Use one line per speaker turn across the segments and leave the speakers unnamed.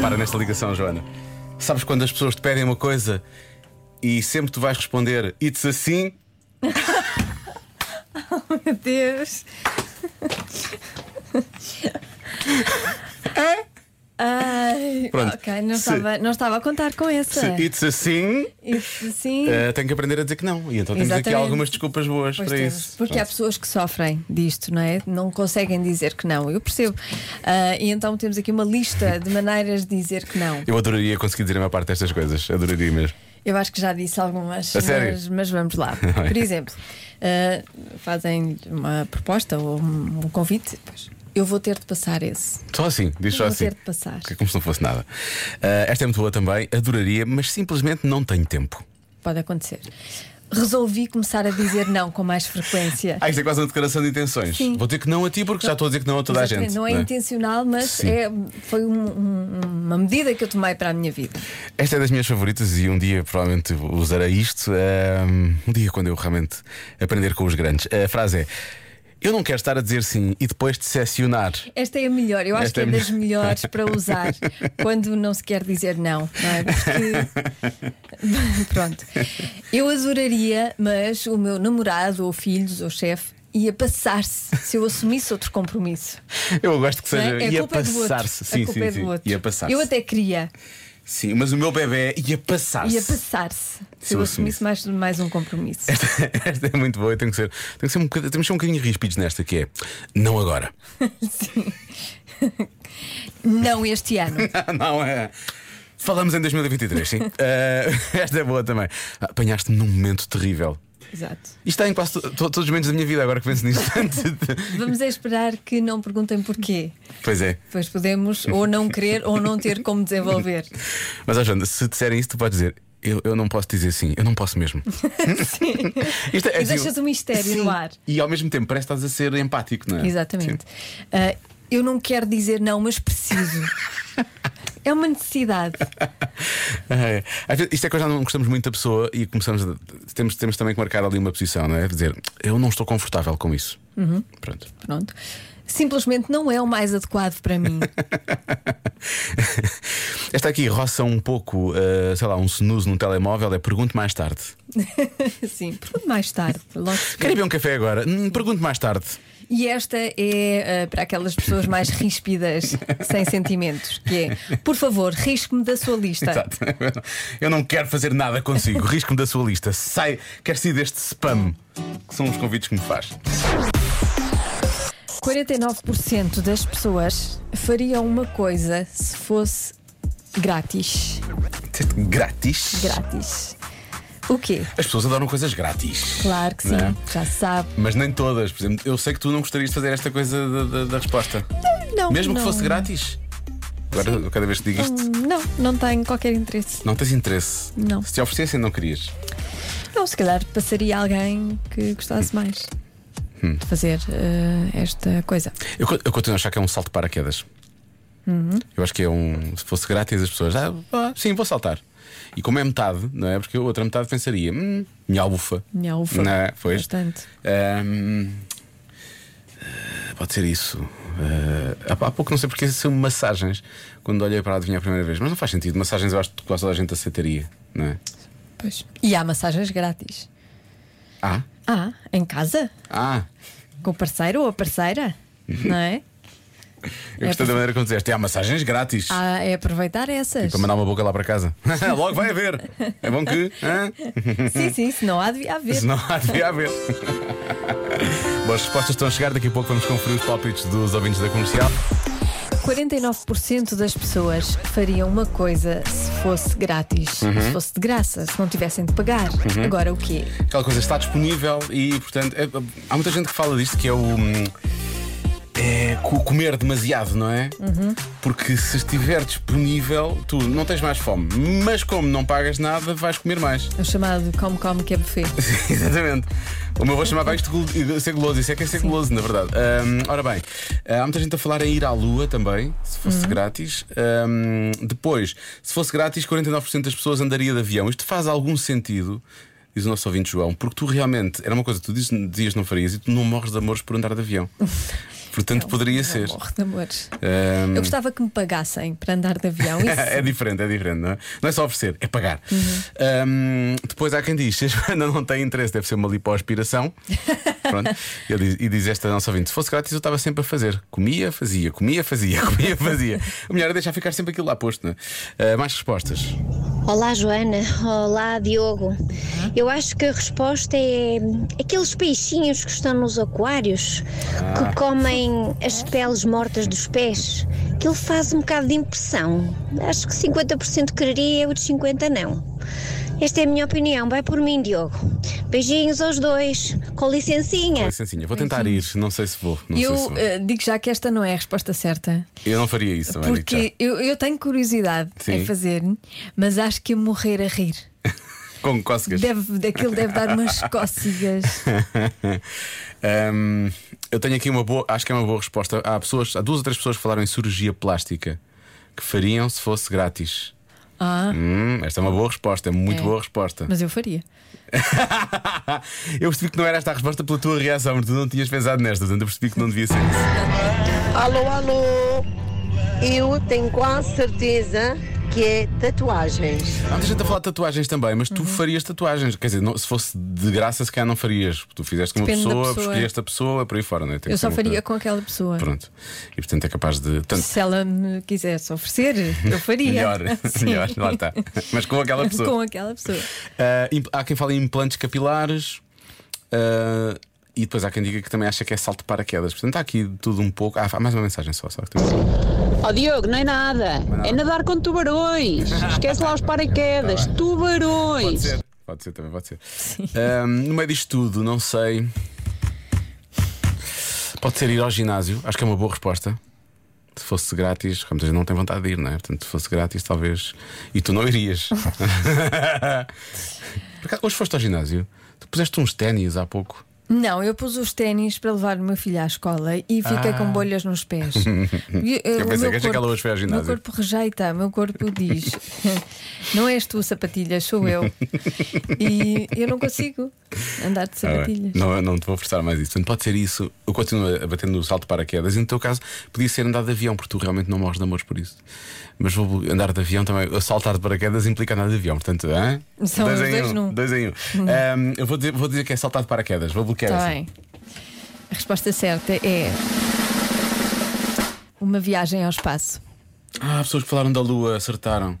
Para nesta ligação, Joana. Sabes quando as pessoas te pedem uma coisa e sempre tu vais responder It's assim?
Meu Deus! Ai,
É? Pronto.
ok, não
Se-
estava, não estava a contar com essa.
Se It's assim?
Isso sim.
eh, tenho que aprender a dizer que não. E então temos aqui
Exatamente.
algumas desculpas boas
Pois
para
temos,
isso.
Porque é- há
Pronto.
pessoas que sofrem disto, não é? Não conseguem dizer que não. Eu percebo. Ah, e então temos aqui uma lista de maneiras de dizer que não.
Eu adoraria conseguir dizer a maior parte destas coisas. Adoraria mesmo.
Eu acho que já disse algumas,
A sério?
mas, mas vamos lá. Por exemplo, ah, fazem uma proposta ou um, um convite. Pois, eu vou ter de passar esse.
Só assim, diz só
Vou
assim.
ter de passar.
Que é Como se não fosse nada. Ah, esta é muito boa também, adoraria, mas simplesmente não tenho tempo.
Pode acontecer. Resolvi começar a dizer não com mais frequência.
Ah, isto é quase uma declaração de intenções.
Sim.
Vou dizer que não a ti porque já estou a dizer que não a toda a
Exatamente,
gente.
não é
não é?
intencional, mas
Sim.
é- foi um- um- uma medida que eu tomei para a minha vida.
Esta é das minhas favoritas e um dia provavelmente usarei isto. ahm, Um dia quando eu realmente aprender com os grandes. A frase é: Eu não quero estar a dizer sim e depois decepcionar.
Esta é a melhor, eu acho
Esta
que é,
é a
das melhores para usar quando não se quer dizer não, não é? Porque. Pronto. Eu adoraria, mas o meu namorado, ou filhos, ou chefe, ia passar-se se eu assumisse outro compromisso.
Eu gosto que
não
seja.
é? É
ia
culpa do outro.
passar-se.
A
Sim,
culpa
sim,
é do
sim.
outro.
Ia passar-se.
Eu até queria,
Sim, mas o meu bebê ia passar-se.
ia passar-se se
Ah, Se eu
eu assumisse mais, mais um compromisso.
Esta é muito boa, eu tenho que ser, tenho que ser um bocadinho, temos que ser um bocadinho ríspidos nesta, que é não agora.
Sim. Não este ano.
não é. Falamos em 2023, sim. Eh, esta é boa também. Apanhaste-me num momento terrível.
Exato.
Isto está em quase to- to- todos os momentos da minha vida, agora que penso nisso.
Vamos é esperar que não perguntem porquê.
pois é.
Pois podemos ou não querer ou não ter como desenvolver.
Mas, ó, Joana, se disserem isso, tu podes dizer. Eu, eu não posso dizer sim, eu não posso mesmo.
Sim.
Isto é, assim,
E deixas um mistério
sim,
no ar.
E ao mesmo tempo parece que estás a ser empático, não é?
Exatamente.
Sim.
Ah, eu não quero dizer não, mas preciso. É uma necessidade.
É. Às vezes, isto é que eu já não gostamos muito da pessoa e começamos a, temos, temos também que marcar ali uma posição, não é? Dizer, eu não estou confortável com isso.
Uhum.
Pronto.
Pronto. Simplesmente não é o mais adequado para mim.
Esta aqui roça um pouco, eh, sei lá, um snooze num telemóvel, é pergunto mais tarde.
Sim, pergunto mais tarde. Logo se vê.
Quer beber um café agora? Hum, pergunto mais tarde.
E esta é ah, para aquelas pessoas mais ríspidas, sem sentimentos, que é, por favor, risque-me da sua lista.
Exato. Eu não quero fazer nada consigo. Risco-me da sua lista. Sai, quero sair deste spam. Que são os convites que me faz.
49% das pessoas fariam uma coisa se fosse grátis.
Disseste Grátis?
Grátis. O quê?
As pessoas adoram coisas grátis.
Claro que sim,
Não é?
já se sabe.
Mas nem todas. Por exemplo, eu sei que tu não gostarias de fazer esta coisa da, da- da resposta.
Não,
Mesmo
não,
que fosse grátis. Agora, cada vez que digo isto,
Não, não tenho qualquer interesse.
não tens interesse.
Não.
Se te oferecessem, não querias.
Não, Então, se calhar passaria alguém que gostasse mais
Hum.
de fazer eh, esta coisa.
Eu, co- eu continuo a achar que é um salto de paraquedas.
Uhum.
Eu acho que é um. Se fosse grátis, as pessoas. Ah, ah, sim, vou saltar. E como é metade, não é? Porque a outra metade pensaria. Hum, minha albufa.
Minha albufa.
Não é? Pois.
Bastante.
Ahm, ah, Ehm, pode ser isso. Ah, há há pouco não sei porque são massagens. Quando olhei para adivinhar a primeira vez. Mas não faz sentido. Massagens eu acho que quase toda a gente aceitaria, não é?
Pois. E há massagens grátis.
Ah?
Ah, em casa?
Ah!
Com o parceiro ou a parceira?
Uhum.
Não é?
Eu gostei da maneira como disseste. Há massagens grátis.
Ah, é aproveitar essas.
Para mandar uma boca lá para casa. Logo vai haver. É bom que. hã?
Sim, sim, senão há de haver.
Se não há, devia haver. Boas respostas estão a chegar, daqui a pouco vamos conferir os palpites dos ouvintes da comercial.
49% das pessoas fariam uma coisa se fosse grátis,
Uhum.
se fosse de graça, se não tivessem de pagar. Agora o quê?
Aquela coisa está disponível e, portanto, é- há muita gente que fala disto que é o. hum, é co- comer demasiado, não é? Porque se estiver disponível, tu não tens mais fome, mas como não pagas nada, vais comer mais.
É o chamado Come Come que é buffet.
Exatamente. O meu avô chamava isto de gul- ser guloso, isso é que é ser guloso, na verdade. Ahm, ora bem, ah, há muita gente a falar em ir à Lua também, se fosse grátis. Ahm, depois, se fosse grátis, 49% das pessoas andaria de avião. Isto faz algum sentido, diz o nosso ouvinte João, porque tu realmente, era uma coisa que tu dizes- dizias não farias e tu não morres de amores por andar de avião. Portanto, poderia
Eu
ser.
Morro de amores.
Ahm,
Eu gostava que me pagassem para andar de avião. Isso
é diferente, é diferente, não é? Não é só oferecer, é pagar. Um, depois há quem diz: se a Joana não tem interesse, deve ser uma lipoaspiração. Pronto. E diz, e diz esta nossa ouvinte: se fosse grátis, eu estava sempre a fazer. Comia, fazia, comia, fazia, comia, fazia. O melhor é deixar ficar sempre aquilo lá posto, não é? Uh, mais respostas.
Olá Joana, olá Diogo. Eu acho que a resposta é aqueles peixinhos que estão nos aquários que comem as peles mortas dos pés. Aquilo faz um bocado de impressão. Acho que 50% quereria e outros 50% não. Esta é a minha opinião. Vai por mim, Diogo. Beijinhos aos dois. Com licencinha.
Licencinha, vou tentar ir, não sei se vou. Não
É. Eu
sei se vou.
eh, digo já que esta não é a resposta certa.
Eu não faria isso, não é, Rita?
Porque eu, eu tenho curiosidade
Sim.
em fazer, mas acho que ia morrer a rir.
Com cócegas.
Deve, daquilo deve dar umas cócegas.
Hum, eu tenho aqui uma boa, acho que é uma boa resposta. Há pessoas, há duas ou três pessoas que falaram em cirurgia plástica que fariam se fosse grátis.
Ah,
Hum, esta é uma boa resposta, é muito
É.
boa resposta.
mas eu faria.
eu percebi que não era esta a resposta pela tua reação, porque tu não tinhas pensado nesta, portanto eu percebi que não devia ser isso.
Alô, alô! Eu tenho quase certeza que é tatuagens.
Há muita gente a falar de tatuagens também, mas
Uhum.
tu farias tatuagens. Quer dizer, não- se fosse de graça, se calhar não farias. Tu fizeste com uma
Depende da
pessoa,
pessoa.
escolheste a pessoa, por aí fora, não é? Tem
Eu
que ser
só
uma
faria
coisa-
com aquela pessoa.
Pronto. E portanto é capaz de. Portanto,
Se ela me quisesse oferecer, eu faria.
melhor,
Sim.
melhor, lá está. Mas com aquela pessoa.
Com aquela pessoa.
Ah, imp- há quem fala em implantes capilares ah, e depois há quem diga que também acha que é salto de paraquedas. Portanto, há aqui de tudo um pouco. Ah, há mais uma mensagem só. só que tem-
Ó Diogo, não é nada. É nadar com tubarões. Esquece lá os paraquedas.
Pode
Tubarões.
ser. Pode ser também, pode ser. Ah, no meio disto tudo, não sei. Pode ser ir ao ginásio, acho que é uma boa resposta. Se fosse grátis, como não tem vontade de ir, não é? Portanto, se fosse grátis, talvez. E tu não irias. Por acaso, Hoje foste ao ginásio, tu puseste uns ténis há pouco.
Não, eu pus os ténis para levar o meu filho à escola e fiquei com bolhas nos pés. E, eh,
Ah. Eu
o
pensei
meu
que achei que ela hoje foi ao ginásio.
Meu corpo rejeita, meu corpo diz: Não és tu sapatilhas, sou eu. E eu não consigo andar de
Ah, bem.
sapatilhas.
não, não te vou forçar mais isso. Portanto, pode ser isso. Eu continuo a bater no salto de paraquedas. E no teu caso, podia ser andar de avião, porque tu realmente não morres de amores por isso. Mas vou andar de avião também. A Saltar de paraquedas implica andar de avião. Portanto, hã?
São os
em
dois
um,
num.
dois em um. Ahm, eu vou dizer, vou dizer que é saltar de paraquedas. Vou bloquear
Está
essa.
Tá bem. A resposta certa é. Uma viagem ao espaço.
Ah, pessoas que falaram da lua acertaram.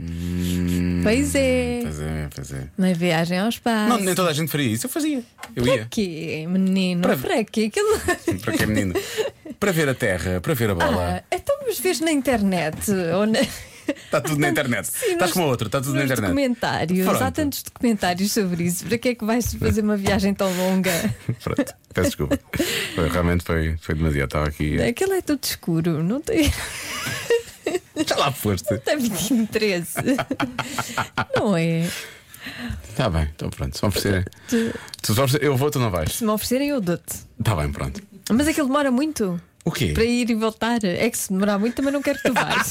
Hum,
Pois é. Ah,
Pois é, pois é.
Uma viagem ao espaço.
Não, nem toda a gente faria isso. Eu fazia. Eu
Para
ia.
quê, menino?
Para-
Para, quê? Aquilo-
Para que menino? Para ver a terra, para ver a bola.
Ah, então, mas vês na internet. Ou na...
Está Tá tudo na internet.
Sim,
Estás
nos-
com outro, está tudo na
nos
internet.
Documentários. Há
Pronto.
tantos documentários sobre isso. Para que é que vais fazer uma viagem tão longa?
Pronto, peço desculpa. Foi- realmente foi, foi demasiado. Estava aqui.
Aquilo é tudo escuro. Não tem,
Já tá lá foste.
tem muito interesse. não é?
Está bem, então pronto. Se me oferecerem. Se me oferecerem- eu vou, tu não vais.
Se me oferecerem, eu dou-te.
Está bem, pronto.
Mas aquilo demora muito.
O quê?
Para ir e voltar. É que se demorar muito, também não quero que tu vás.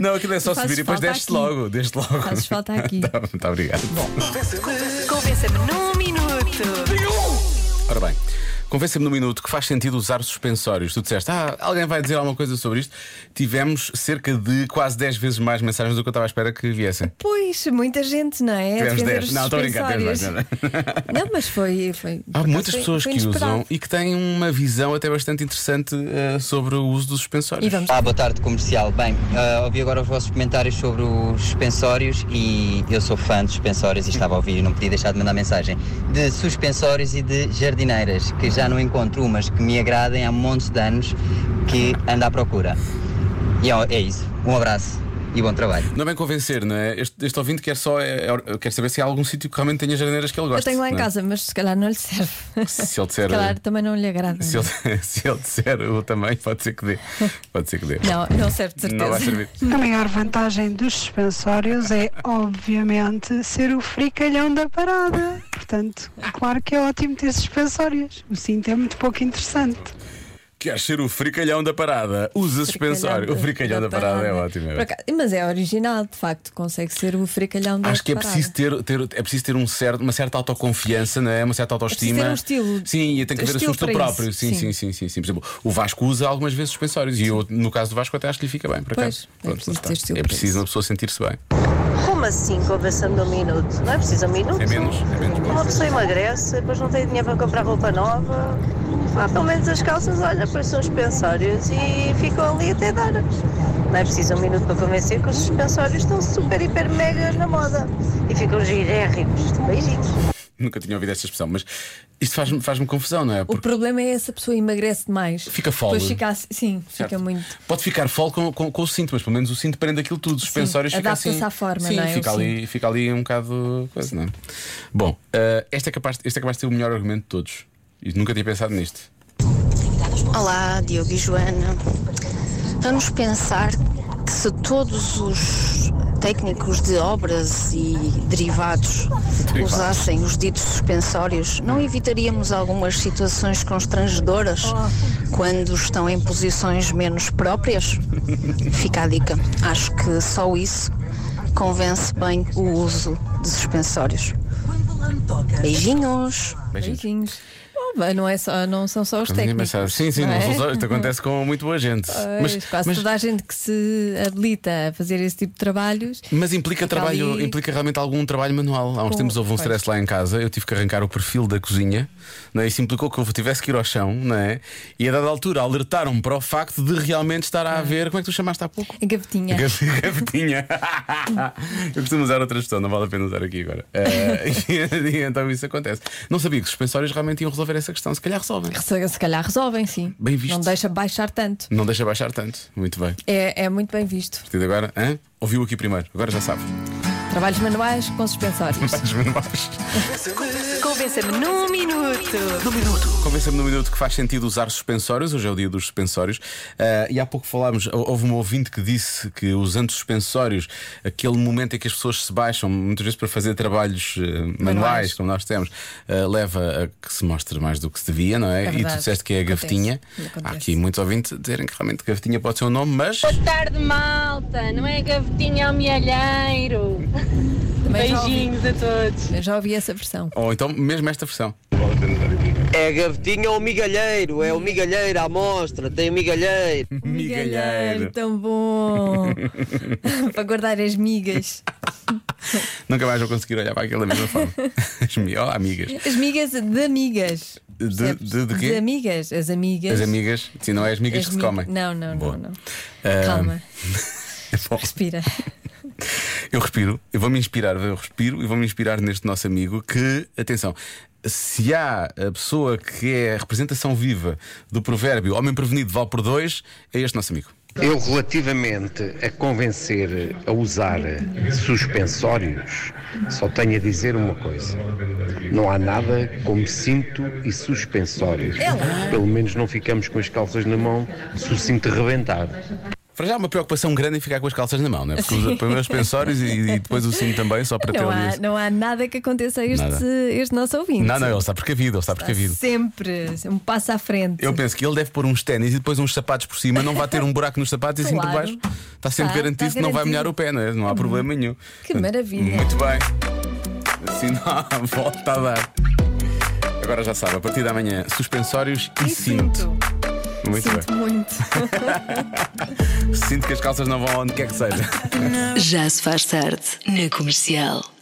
Não, aquilo é só
Fazes
subir e depois
falta
deste
aqui.
logo. Deste logo.
Fazes falta aqui.
Tá, Muito obrigado.
Convença-me num minuto.
Ora bem, convença-me no minuto que faz sentido usar suspensórios. Tu disseste, ah, alguém vai dizer alguma coisa sobre isto. Tivemos cerca de quase 10 vezes mais mensagens do que eu estava à espera que viessem.
Pois, muita gente, não é?
Tivemos
Defender
10.
os
Não, estou a brincar,
dispensórios.
tivemos é?
Não, mas foi. foi por
Há
acaso
muitas
foi-
pessoas
foi
que
inesperado.
usam e que têm uma visão até bastante interessante eh, sobre o uso dos suspensórios.
E vamos.
Ah, boa tarde, comercial. Bem, ah, ouvi agora os vossos comentários sobre os suspensórios e eu sou fã de suspensórios e estava a ouvir e não podia deixar de mandar mensagem. De suspensórios e de jardineiras, que já não encontro umas que me agradem há montes de anos que ando à procura. E é, é isso. Um abraço. e bom trabalho.
Não é bem convencer, não é? Este, este ouvinte quer só é, é- quer saber se há algum sítio que realmente tenha jardineiras que ele
Eu
gosta.
tenho lá em casa, mas se calhar não lhe serve.
Se ele disser-
Se calhar também não lhe agrada.
Se ele, se ele disser o tamanho, pode ser que dê. Pode ser que dê.
Não, não serve de certeza.
Não vai servir.
A maior vantagem dos suspensórios é, obviamente, ser o fricalhão da parada. Portanto, claro que é ótimo ter suspensórios. O cinto é muito pouco interessante.
Queres ser o fricalhão da parada? Usa suspensório. O fricalhão da, parada, é ótimo. é
Por acaso- Mas é original, de facto, consegue ser o fricalhão da
Acho que é
parada.
preciso ter, ter- é preciso ter um certo, uma certa autoconfiança, não é? uma certa autoestima.
ter um estilo.
Sim, e tem que haver
Estilo
assusto
para
próprio.
isso,
Sim, sim, sim,
sim.
sim, sim. Por exemplo, o Vasco usa algumas vezes suspensórios e eu, no caso do Vasco, até acho que lhe fica bem, por
Pois,
acaso.
é
Pronto,
preciso
lá está.
ter estilo
é
para
preciso
isso.
uma pessoa sentir-se bem.
Como assim convenção de um minuto? Não é preciso um minuto?
É menos, é menos.
Uma pessoa emagrece, depois não tem dinheiro para comprar roupa nova. Ah, pelo menos as calças, olha, pois são suspensórios e ficam ali até dar. Não é preciso um minuto para convencer que os suspensórios estão super, hiper, mega na moda. E ficam girérrimos. Beijinhos.
Nunca tinha ouvido esta expressão, mas isto faz-me faz confusão, não é?
O
Porque
problema é essa pessoa emagrece demais.
Fica fole.
Depois fica assim, sim, fica
Certo.
muito.
Pode ficar fole com, com, com o cinto, mas pelo menos o cinto prende aquilo tudo. Os suspensórios fica
adapta-se
assim.
à forma,
sim,
não é?
Fica
O
ali, fica ali um bocado coisa, não é? Bom, eh, este, é capaz, este é capaz de ser o melhor argumento de todos. E nunca tinha pensado nisto.
Olá, Diogo e Joana. Vamos pensar que se todos os técnicos de obras e derivados
Derivados.
usassem os ditos suspensórios, não evitaríamos algumas situações constrangedoras quando estão em posições menos próprias? Fica a dica. Acho que só isso convence bem o uso de suspensórios. Beijinhos!
Beijinhos. Oh, bem, não, é só, não são só os
Não tinha
técnicos.
pensado. Sim, sim,
não
não
é?
são só- isto acontece com muito boa gente.
Pois, quase toda a gente que se habilita a fazer esse tipo de trabalhos.
mas implica
fica
trabalho,
ali-
implica realmente algum trabalho manual. Há uns
Com-
tempos houve um
pois.
stress lá em casa, eu tive que arrancar o perfil da cozinha, não é? isso implicou que eu tivesse que ir ao chão, não é? E a dada altura alertaram-me para o facto de realmente estar a haver. Como é que tu chamaste há pouco?
A gavetinha.
Gav- Gavetinha. Eu costumo usar outra expressão, não vale a pena usar aqui agora. Eh, e então isso acontece. Não sabia que os suspensórios realmente iam resolver essa questão. Se calhar resolvem.
Se, se calhar resolvem, sim.
Bem visto.
Não deixa baixar tanto.
Não deixa baixar tanto. Muito bem. A
É, é muito bem visto.
partir de agora, hã? ouviu aqui primeiro. Agora já sabe.
Trabalhos manuais com suspensórios.
Vais ver mais.
Convença-me num minuto.
Convença-me no minuto que faz sentido usar suspensórios, hoje é o dia dos suspensórios. Ah, e há pouco falámos, hou- houve um ouvinte que disse que usando suspensórios, aquele momento em que as pessoas se baixam, muitas vezes para fazer trabalhos eh, manuais,
Manuais.
como nós temos, ah, leva a que se mostre mais do que se devia, não é? e tu
verdade.
disseste que é a
Acontece.
gavetinha.
Acontece.
Há aqui muitos ouvintes a dizerem que realmente gavetinha pode ser um nome, mas.
tarde, malta. Não é gavetinha ao mielheiro.
Também já ouvi-
a todos.
Eu já ouvi essa versão.
Ou então mesmo esta versão.
É a gavetinha ou o migalheiro? É o migalheiro à mostra, tem o migalheiro.
Migalheiro, tão bom! para guardar as migas.
Nunca mais vou conseguir olhar para aquilo da mesma forma. As mi- oh, amigas.
As migas de amigas.
De-
percebes?
de- de quê?
De amigas. As amigas.
As amigas, sim, não é as amigas
As
que se
mi-
comem.
Não, não,
Boa.
não, não.
Ah,
Calma,
bom.
respira.
Eu respiro, eu vou me inspirar, eu respiro e vou me inspirar neste nosso amigo que, atenção, se há a pessoa que é a representação viva do provérbio homem prevenido vale por dois, é este nosso amigo.
Eu, relativamente a convencer a usar suspensórios, só tenho a dizer uma coisa: não há nada como cinto e suspensórios. Pelo menos não ficamos com as calças na mão se o cinto rebentar.
Para já há uma preocupação grande em ficar com as calças na mão, não é? Porque usa primeiro os pensórios e, e depois o sino também, só para ter
Não
ali.
há,
esse-
não há nada que aconteça a este,
Nada.
este nosso ouvinte.
Não, não, ele está precavido, ele está precavido.
Sempre, um passo à frente.
Eu penso que ele deve pôr uns ténis e depois uns sapatos por cima, não vai ter um buraco nos sapatos e assim por
Claro.
baixo. Está sempre
Tá,
garantido
tá
que não vai
garantido.
molhar o pé, não é? Não há problema nenhum.
Que
Portanto,
maravilha.
Muito bem. Assim não há volta a dar. Agora já sabe, a partir da manhã, suspensórios e,
E
cinto.
sinto,
Muito
sinto muito.
bem. Sinto que as calças não vão onde quer que seja.
Já se faz tarde na comercial.